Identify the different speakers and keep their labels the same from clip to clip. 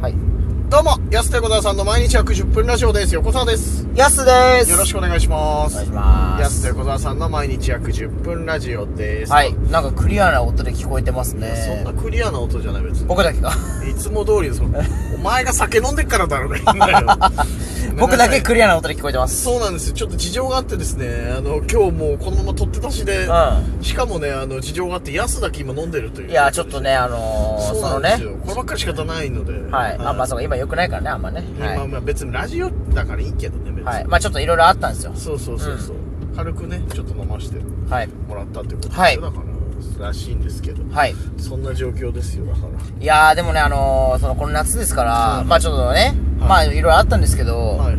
Speaker 1: はい。
Speaker 2: どうも、安手小沢さんの毎日約10分ラジオです。横澤です。
Speaker 1: やすです。
Speaker 2: よろし
Speaker 1: く
Speaker 2: くお願いします。
Speaker 1: お願いします
Speaker 2: 安手小沢さんの毎日約10分ラジオです。
Speaker 1: はい。なんかクリアな音で聞こえてますね。
Speaker 2: そんなクリアな音じゃない別に。
Speaker 1: 僕だけか。
Speaker 2: いつも通り です。お前が酒飲んでっからだろうね。いいんだよ
Speaker 1: 僕だけクリアな音で聞こえてます。
Speaker 2: そうなんですよ。ちょっと事情があってですね、あの、今日もうこのまま取って出しで、
Speaker 1: う
Speaker 2: しかもね、あの、事情があって、安だけ今飲んでるという。
Speaker 1: いや、ちょっと。ね、あのー、
Speaker 2: そう
Speaker 1: そ
Speaker 2: な
Speaker 1: の
Speaker 2: んで
Speaker 1: ね
Speaker 2: す。よ。こればっかり仕方ないので。
Speaker 1: はい。あ、まあそうか、今良くないからね、あんまね。
Speaker 2: ねまあ
Speaker 1: は
Speaker 2: まあ別にラジオだからいいけどね、別
Speaker 1: い。
Speaker 2: に。
Speaker 1: はい。まあちょっといろいろあったんですよ。
Speaker 2: そうそうそうそう、軽くね、ちょっと飲ましても
Speaker 1: はい。
Speaker 2: らったってことでしょ
Speaker 1: はい
Speaker 2: だから、らしいんですけど。
Speaker 1: はい。
Speaker 2: そんな状況ですよ、だから。
Speaker 1: いやー、でもね、あのー、その、この夏ですから、まあちょっとね、
Speaker 2: はい
Speaker 1: まあいろいろあったんですけど、
Speaker 2: はいはいはい。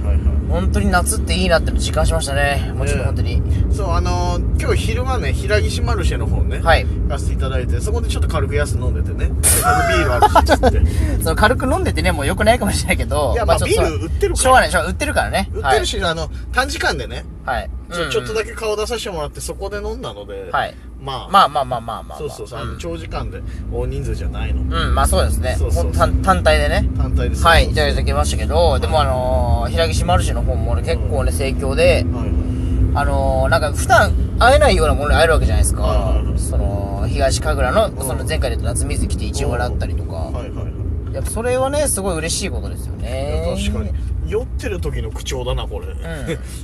Speaker 1: 本当に夏っていいなって実感しましたね。もうちょっと本当に。
Speaker 2: そう、あのー今日昼間ね、平岸マルシェの方ね、
Speaker 1: はい
Speaker 2: 行かせていただいて、そこでちょっと軽く安飲んでてね、せっかくビールあるしっつっ て。
Speaker 1: その軽く飲んでてね、もう良くないかもしれないけど。
Speaker 2: いやまあ
Speaker 1: ちょっと
Speaker 2: ビール売ってるから
Speaker 1: しょうがない、しょうがない売ってるからね。
Speaker 2: 売ってるし、あの、短時間でね、
Speaker 1: はい。はい。
Speaker 2: ち
Speaker 1: う
Speaker 2: ょ
Speaker 1: ん
Speaker 2: ちょっとだけ顔出させてもらって、そこで飲んだので、
Speaker 1: はい。
Speaker 2: まあ、
Speaker 1: まあまあまあまあまあ。
Speaker 2: そうそうそう、あ
Speaker 1: う
Speaker 2: の
Speaker 1: ん
Speaker 2: 長時間で大人数じゃないの。
Speaker 1: うん、まあそうですね。
Speaker 2: そうそう
Speaker 1: ほ
Speaker 2: そう
Speaker 1: ん単単体でね。
Speaker 2: 単体です
Speaker 1: はい、いた
Speaker 2: じゃ
Speaker 1: だいてきましたけど、でもあのー、平岸マルシェの方もね、結構ね、盛況で、
Speaker 2: はいはい。
Speaker 1: あのー、なんか普段会えないようなものに会えるわけじゃないです
Speaker 2: はい
Speaker 1: か
Speaker 2: はいは。い
Speaker 1: その、東神楽
Speaker 2: う
Speaker 1: の、
Speaker 2: ん
Speaker 1: その前回で言うと夏水着てイチゴだったりとか。
Speaker 2: はいはいはい。
Speaker 1: やっぱそれはね、すごい嬉しいことですよね。
Speaker 2: いや確か。に酔ってる時の口調だなこれ、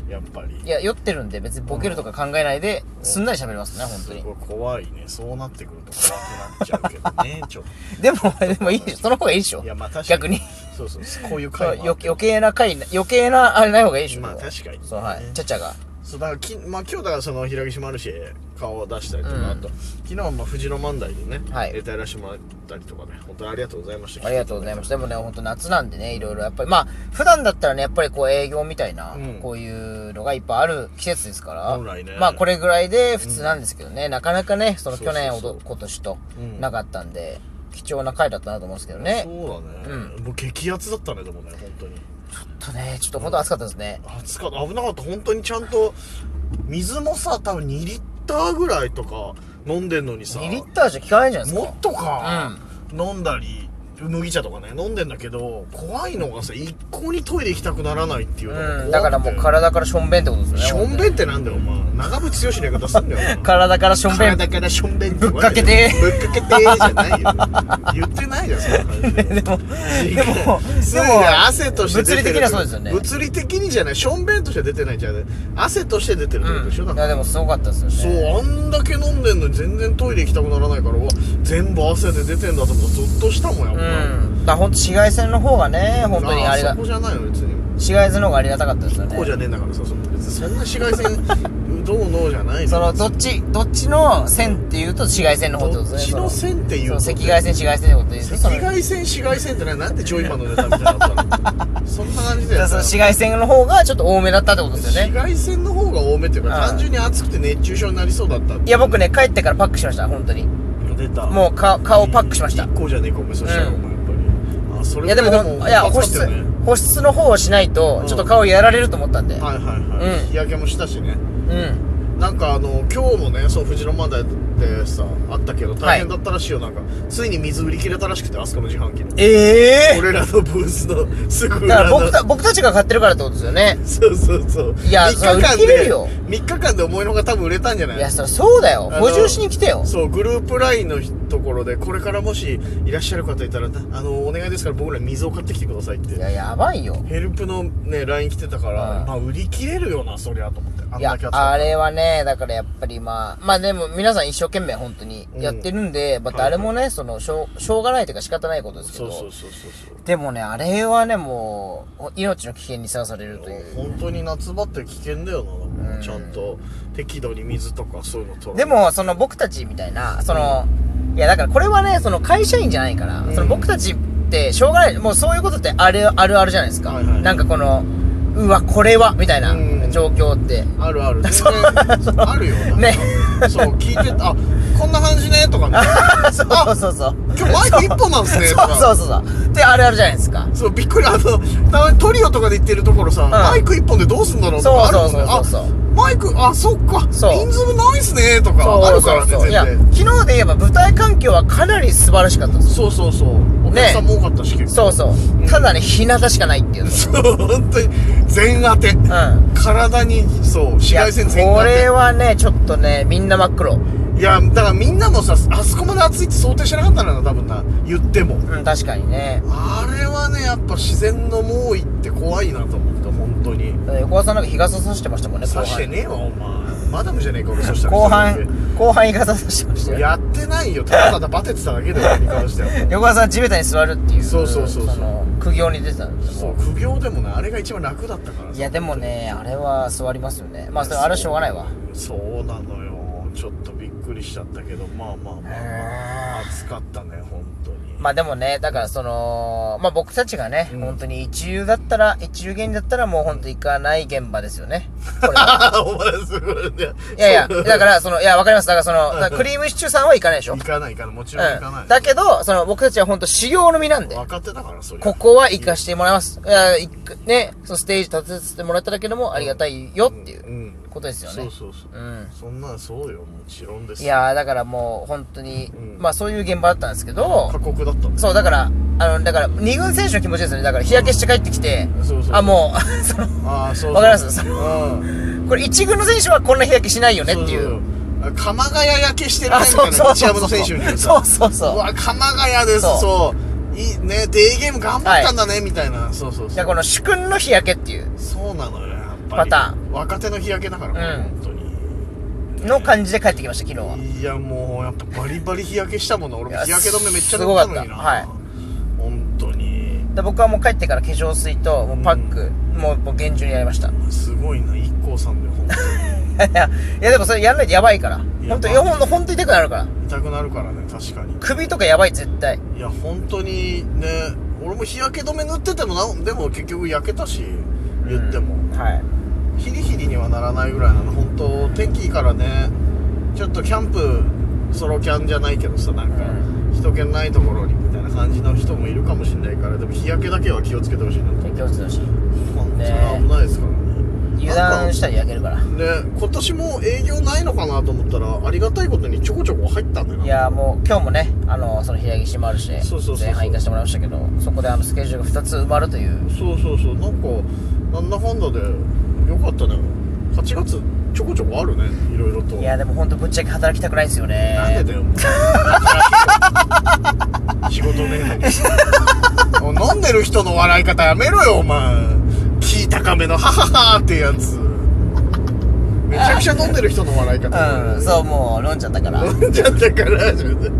Speaker 2: やっぱり
Speaker 1: いや、酔ってるんで別にボケるとか考えないで、すんなり喋りますね、本
Speaker 2: す
Speaker 1: 当に。
Speaker 2: ごい怖いねそうなってくると怖くなっちゃうけ どねちょっ
Speaker 1: でも、でもいいでしょ。その方がいいでしょ。
Speaker 2: といやまあ確かに
Speaker 1: 逆に。
Speaker 2: そうそうこういう
Speaker 1: そう
Speaker 2: 会
Speaker 1: よ余計な回、余計な、あれない方がいいでしょ。
Speaker 2: まあ
Speaker 1: これは
Speaker 2: 確かにね
Speaker 1: そう、はい。ちゃちゃが。
Speaker 2: そうだからき、まあ、今日だからその平岸マルシェ顔を出したりとか、
Speaker 1: うん
Speaker 2: あと昨日はまあ富士の万代でね、
Speaker 1: はい
Speaker 2: ネタやらせてもらったりとかね本当にありがとうございました
Speaker 1: ありがとうございます。でもね、ほんと夏なんでね、いろいろやっぱり、まあ、普段だったらね、やっぱりこう営業みたいな、
Speaker 2: うん
Speaker 1: こういうのがいっぱいある季節ですから、
Speaker 2: 本来ね
Speaker 1: まあこれぐらいで普通なんですけどね、なかなかね、その
Speaker 2: そう
Speaker 1: 去
Speaker 2: そうそう
Speaker 1: 年ほど、今年と
Speaker 2: うん
Speaker 1: なかったんで、貴重な回だったなと思うんですけど
Speaker 2: ね
Speaker 1: ね。
Speaker 2: そうだね、もう激アツだったねでもね本当に
Speaker 1: ちょっとね、ちょっとほんと暑かったですね。
Speaker 2: 暑かった危なかった本当にちゃんと水もさ多分2リッターぐらいとか飲んでんのにさ
Speaker 1: 2リッターじゃ効かないんじゃないです
Speaker 2: も
Speaker 1: か
Speaker 2: っ。とか、飲んだり麦茶とかね飲んでんだけど怖いのがさ一向にトイレ行きたくならないっていうのが怖く
Speaker 1: う
Speaker 2: て、
Speaker 1: ん、だからもう体からしょんべんってことですね。
Speaker 2: しょんべんってなんだよお前長渕剛のやり方すんだよお前
Speaker 1: 体からし ょんべん。
Speaker 2: 体からしょんべん
Speaker 1: ぶっかけて
Speaker 2: ぶっかけてじゃないよ言ってないよそんな感じで
Speaker 1: でも、でも、
Speaker 2: す
Speaker 1: で
Speaker 2: ごい
Speaker 1: も、
Speaker 2: 汗として出て
Speaker 1: 物理的
Speaker 2: る
Speaker 1: にはそうですよね
Speaker 2: 物理的にじゃないしょんべんとして出てないじゃん汗として出てるってことでしょ、
Speaker 1: う
Speaker 2: だ
Speaker 1: ん、い
Speaker 2: か
Speaker 1: や
Speaker 2: ら
Speaker 1: でもすごかったですよね。
Speaker 2: そうあんだけ飲んでんのに全然トイレ行きたくならないからうわ全部汗で出てんだと思ってゾッとしたもんやっ
Speaker 1: う
Speaker 2: ぱ、
Speaker 1: ん。だからほんと紫外線の方がね、本当にあり
Speaker 2: あ
Speaker 1: が
Speaker 2: そ、こじゃないの別に
Speaker 1: 紫外線の方がありがたかったですよね。
Speaker 2: こうじゃねえんだからさその別にそんな紫外線どうのうじゃないの
Speaker 1: その、どっち、どっちの線っていうと紫外線の方って
Speaker 2: ど
Speaker 1: こ
Speaker 2: っ
Speaker 1: とで
Speaker 2: ち
Speaker 1: すね。
Speaker 2: の線ってい
Speaker 1: そ
Speaker 2: うと
Speaker 1: のその赤外線、紫外線ってことですね。その
Speaker 2: 赤外線紫外線ってねなんでちょ今のネタみたいになったのそんな感じだ
Speaker 1: だか
Speaker 2: よ
Speaker 1: ら
Speaker 2: ね
Speaker 1: その紫外線の方がちょっと多めだったってことですよ
Speaker 2: 紫
Speaker 1: ね。
Speaker 2: 外線の方が多めっていうか
Speaker 1: ああ
Speaker 2: 単純に暑くて熱中症になりそうだった
Speaker 1: いや、僕ね、帰ってからパックしました、本当に。
Speaker 2: 出た
Speaker 1: もう顔、顔パックしました。
Speaker 2: 1個じゃねえかお前そしたら
Speaker 1: うん
Speaker 2: お前やっぱりあそれ
Speaker 1: いや、でも
Speaker 2: ぐら
Speaker 1: ほん、いや、
Speaker 2: 爆
Speaker 1: 保
Speaker 2: 発
Speaker 1: 湿
Speaker 2: だったよね、
Speaker 1: 保湿の方をしないと
Speaker 2: う、ん
Speaker 1: ちょっと顔やられると思ったんで。
Speaker 2: はいはいはい、
Speaker 1: うん
Speaker 2: 日焼けもしたしね
Speaker 1: うん。
Speaker 2: なんかあの今日もねそう富士の万代でさあったけど大変だったらしいよ、なんかついに水売り切れたらしくてあそこの自販機の
Speaker 1: ええ
Speaker 2: 俺らのブースのすぐ
Speaker 1: だか
Speaker 2: 裏
Speaker 1: ら
Speaker 2: の
Speaker 1: 僕た、僕たちが買ってるからってことですよね。
Speaker 2: そうそうそう
Speaker 1: いやそ
Speaker 2: 3
Speaker 1: れ
Speaker 2: 日間
Speaker 1: 売り切れ
Speaker 2: で
Speaker 1: るよ
Speaker 2: 3日間で思いのが多分売れたんじゃない
Speaker 1: いや、そりゃそうだよ。
Speaker 2: あの
Speaker 1: 補充しに来てよ。
Speaker 2: そうグループ LINE のところでこれからもしいらっしゃる方いたらあのお願いですから僕ら水を買ってきてくださいって
Speaker 1: いや、やばいよ。
Speaker 2: ヘルプのね LINE 来てたから
Speaker 1: うん
Speaker 2: まあ売り切れるよなそりゃと思ってあん
Speaker 1: いや
Speaker 2: だけやっ、
Speaker 1: あ
Speaker 2: た
Speaker 1: れはね、だからやっぱりまあ、まあでも皆さん一生懸命本当にやってるんで、まあ誰もね、その、しょう、しょうがないというか仕方ないことですけ
Speaker 2: そうそ
Speaker 1: ど、
Speaker 2: うそうそうそう
Speaker 1: でもね、あれはね、もう、命の危険にさらされるという。
Speaker 2: 本当に夏場って危険だよな、
Speaker 1: うん
Speaker 2: ちゃんと適度に水とかそういうのと
Speaker 1: でも、その僕たちみたいな、その、いやだからこれはね、その会社員じゃないから、
Speaker 2: うん
Speaker 1: その僕たちってしょうがない、もうそういうことってあれ、あるあるじゃないですか。
Speaker 2: はいはい
Speaker 1: なんかこの、うわ、これは、みたいな
Speaker 2: うん
Speaker 1: 状況って。
Speaker 2: ある ある全然あるよなんか
Speaker 1: ね
Speaker 2: そう聞いてたあこんな感じねとかね
Speaker 1: そうそうそうそう。
Speaker 2: 今日マイク一本なんですね
Speaker 1: そ
Speaker 2: と
Speaker 1: う
Speaker 2: か
Speaker 1: そうそうそう。ってあるあるじゃないですか。
Speaker 2: そうびっくりあのたまにトリオとかで行ってるところさ、マイク一本でどうすんだろうと
Speaker 1: そう
Speaker 2: かあるも
Speaker 1: そ
Speaker 2: ん
Speaker 1: う
Speaker 2: ね
Speaker 1: そうそうそう。
Speaker 2: マイク、あ、そっか、
Speaker 1: そう
Speaker 2: 人数ないっすね、とか、あるからね、
Speaker 1: いや
Speaker 2: 全然。
Speaker 1: 昨日で言えば舞台環境はかなり素晴らしかったんですよ
Speaker 2: そうそうそう。お客さんも多かったし、結構。
Speaker 1: そうそうただね日向しかないっていうの
Speaker 2: そう、 本当に、全当て。
Speaker 1: うん
Speaker 2: 体に、そう、 紫
Speaker 1: いや
Speaker 2: 外線全
Speaker 1: こ
Speaker 2: 当
Speaker 1: れ
Speaker 2: て。
Speaker 1: はねちょっとねみんな真っ黒
Speaker 2: いや、だからみんなもさ、あそこまで暑いって想定してなかったんだな、多分な。言っても。
Speaker 1: うん確かにね
Speaker 2: あれはね、やっぱ自然の猛威って怖いなと思った、本当に。
Speaker 1: 横川さんなんか日傘さしてましたもんね後
Speaker 2: 刺して
Speaker 1: 半
Speaker 2: ねえわ、お前。マダムじゃねえか、俺、そしたら。
Speaker 1: 後半後半日傘さしてましたよ
Speaker 2: やってないよ、ただただバテてただけだよ、俺に関しては。
Speaker 1: 横川さんは地べたに座るっていう
Speaker 2: そうそうそうそう
Speaker 1: の苦行に出てたんです
Speaker 2: そ
Speaker 1: よ
Speaker 2: う、苦行でもね、あれが一番楽だったから
Speaker 1: いやでもねあれは座りますよねまあそれあれはしょうがないわ
Speaker 2: そうそうなのよ。ちょっとびっくりしちゃったけど、まあまあまあ、まあ、暑かったね、本当に。
Speaker 1: まあでもね、だからその、まあ僕たちがね、
Speaker 2: うん
Speaker 1: 本当に一流だったら、一流芸人だったらもう本当行かない現場ですよ ね。これは
Speaker 2: ああ、お前すごいね。
Speaker 1: いやいや、だからその、いやわかります。だからその、
Speaker 2: うん
Speaker 1: だからクリームシチューさんは行かないでしょ。う
Speaker 2: 行
Speaker 1: ん。
Speaker 2: かない行から、もちろん行かない。
Speaker 1: だけど、その僕たちは本当修行の身なんで、
Speaker 2: 分かってたから、それ。
Speaker 1: ここは行かしてもらいます。いや、行くね、そのステージ立てさせてもらっただけでもありがたいよっていう
Speaker 2: うん。
Speaker 1: ことですよ
Speaker 2: そ
Speaker 1: ね
Speaker 2: う。そうそう。
Speaker 1: うん。
Speaker 2: そんなんそうよ、もちろんです。
Speaker 1: い、やー、だからもう本当に、
Speaker 2: うん
Speaker 1: まあそういう現場だったんですけど、
Speaker 2: 過酷だったんだよ
Speaker 1: そう、だから、あの、だから、二軍選手の気持ちですよね。だから日焼けして帰ってきて、
Speaker 2: そうそう。
Speaker 1: あ、もう、 その、
Speaker 2: ああ、そうそう。
Speaker 1: わかりますそ
Speaker 2: うん。
Speaker 1: これ一軍の選手はこんな日焼けしないよねってい。
Speaker 2: そうそそ。鎌ヶ谷焼けしてるね
Speaker 1: あ、
Speaker 2: みた
Speaker 1: そ
Speaker 2: いうな
Speaker 1: そう
Speaker 2: 日
Speaker 1: そ
Speaker 2: ハ
Speaker 1: う
Speaker 2: ム
Speaker 1: そ
Speaker 2: の
Speaker 1: う。
Speaker 2: 選手みたいな。
Speaker 1: そうそうそう
Speaker 2: わ、鎌ヶ谷です、
Speaker 1: そう
Speaker 2: そう。いいね、デーゲーム頑張ったんだね、みたいな。そうそう
Speaker 1: う。
Speaker 2: そ
Speaker 1: で、
Speaker 2: う。
Speaker 1: この主君の日焼けっていう
Speaker 2: そうなのよ、やっぱり。
Speaker 1: パタ
Speaker 2: ーン。若手の日焼けだか
Speaker 1: う
Speaker 2: ら、
Speaker 1: ん
Speaker 2: 本当に。
Speaker 1: の感じで帰ってきました、昨日は。
Speaker 2: いやもうやっぱバリバリ日焼けしたもんな俺
Speaker 1: い
Speaker 2: も
Speaker 1: や
Speaker 2: 日焼け止めめっちゃ塗ったの
Speaker 1: す
Speaker 2: に
Speaker 1: ご
Speaker 2: な
Speaker 1: かったはい
Speaker 2: 本当に
Speaker 1: で、僕はもう帰ってから化粧水と、もうパック、もう、もう厳重にやりました。い
Speaker 2: すごいな IKKO さんで本当
Speaker 1: や、いやでもそれやらないとやばいから。
Speaker 2: や
Speaker 1: 本当
Speaker 2: まあ
Speaker 1: いや、ほんと、ほんと痛くなるから。
Speaker 2: に痛くなるからね確かに
Speaker 1: 首とかやばい、絶対。
Speaker 2: いや本当にね俺も日焼け止め塗っててもなでも結局焼けたし言っても、
Speaker 1: うんはい。
Speaker 2: ヒリヒリにはならないぐらいなの本当天気いいからねちょっとキャンプソロキャンじゃないけどさなんか
Speaker 1: う
Speaker 2: 人気のないところにみたいな感じの人もいるかもしれないからでも日焼けだけは気をつけてほしいなと
Speaker 1: 勉強してほしい。
Speaker 2: 本当に
Speaker 1: ね
Speaker 2: 危ないですからね
Speaker 1: 油断したら焼けるから。
Speaker 2: なんかね今年も営業ないのかなと思ったらありがたいことにちょこちょこ入ったんだよない
Speaker 1: やーもう今日もね、あのその日焼けしてもあるし、
Speaker 2: そうそうそうそう
Speaker 1: 前半行かせてもらいましたけど、そこであのスケジュールが2つ埋まるという、
Speaker 2: そうそうそうなんかなんだかんだでよかったね8月ちょこちょこあるねいろいろと
Speaker 1: いやーでも本当ぶっちゃけ働きたくないですよね。
Speaker 2: なんで だよもう仕事ねえのにおい飲んでる人の笑い方やめろよお前気高めのハハハってやつめちゃくちゃ飲んでる人の笑い方
Speaker 1: うん、そう、もう飲んじゃった から。は
Speaker 2: 飲んじゃったから自分で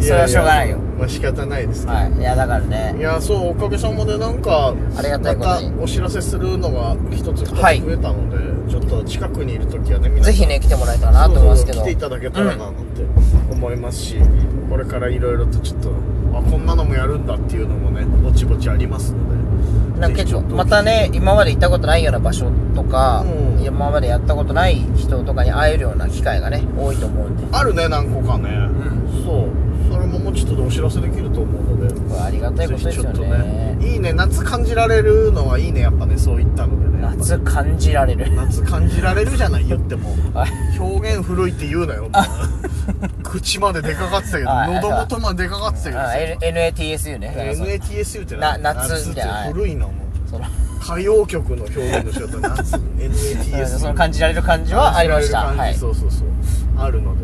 Speaker 1: それはしょうがないよ
Speaker 2: ややまあ仕方ないですけど、
Speaker 1: い。いや、だから
Speaker 2: い、
Speaker 1: ね、
Speaker 2: やそうおかげさまでなんか
Speaker 1: ありがたいことに
Speaker 2: またお知らせするのが一つ二つ増
Speaker 1: はい
Speaker 2: えたので、ちょっと近くにいる時はね皆
Speaker 1: ぜ
Speaker 2: さん
Speaker 1: ひね、来てもらえたらなと思いますけど。
Speaker 2: そうそう来ていただけたらななんて思いますし、これからいろいろとちょっとあこんなのもやるんだっていうのもねぼちぼちありますので
Speaker 1: なんか
Speaker 2: ぜ
Speaker 1: 結
Speaker 2: ひちょ
Speaker 1: 構、
Speaker 2: っと
Speaker 1: またね、今まで行ったことないような場所とか、
Speaker 2: うん
Speaker 1: 今までやったことない人とかに会えるような機会がね、多いと思うんで。
Speaker 2: あるね何個かね、
Speaker 1: ん
Speaker 2: そうそれももうちょっとでお知らせできると思うので
Speaker 1: これありがたい
Speaker 2: ぜ
Speaker 1: こ
Speaker 2: ひ
Speaker 1: とです
Speaker 2: ちょ
Speaker 1: よ
Speaker 2: っと
Speaker 1: ね。
Speaker 2: いいね夏感じられるのはいいねやっぱねそういったのでねやっぱ
Speaker 1: 夏感じられ る。
Speaker 2: 夏感じられるじゃない言っても
Speaker 1: はい
Speaker 2: 表現古いって言うなよ口まででかかってたけど
Speaker 1: あ
Speaker 2: 喉元まででかかってたけど
Speaker 1: あ
Speaker 2: さ
Speaker 1: N- NATSU ね。だからその
Speaker 2: NATSU って
Speaker 1: な
Speaker 2: 何
Speaker 1: 夏みたいな
Speaker 2: 夏って古いなもう
Speaker 1: その
Speaker 2: 歌謡曲の表現の仕方夏 NATSU
Speaker 1: その感じられる感じはありました。
Speaker 2: 感じら
Speaker 1: は
Speaker 2: れる感
Speaker 1: い
Speaker 2: じ。そうそうそうあるのでね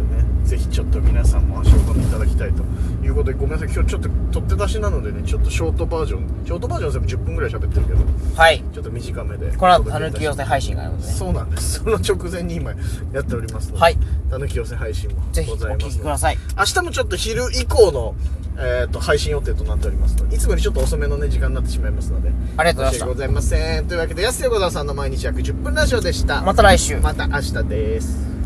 Speaker 2: ぜひちょっと皆さんも足を運んでいただきたいということでごめんなさい今日ちょっと取って出しなのでねちょっとショートバージョンショートバージョンは全部10分ぐらい喋ってるけど
Speaker 1: はい。
Speaker 2: ちょっと短めで
Speaker 1: この後、たぬき寄せ配信があるのでね、
Speaker 2: そうなんですその直前に今やっておりますので
Speaker 1: はい
Speaker 2: たぬき寄せ配信も
Speaker 1: ぜひお
Speaker 2: ござい
Speaker 1: 聞
Speaker 2: ます
Speaker 1: き
Speaker 2: の
Speaker 1: く
Speaker 2: で
Speaker 1: ださい。
Speaker 2: 明日もちょっと昼以降の、えー、と配信予定となっておりますのでいつもよりちょっと遅めのね時間になってしまいますので
Speaker 1: ありがとうござ
Speaker 2: 申し
Speaker 1: い
Speaker 2: 訳
Speaker 1: ま
Speaker 2: ご
Speaker 1: し
Speaker 2: ざいませんというわけで安瀬横澤さんの毎日約10分ラジオでした
Speaker 1: た。また来週。
Speaker 2: また明日です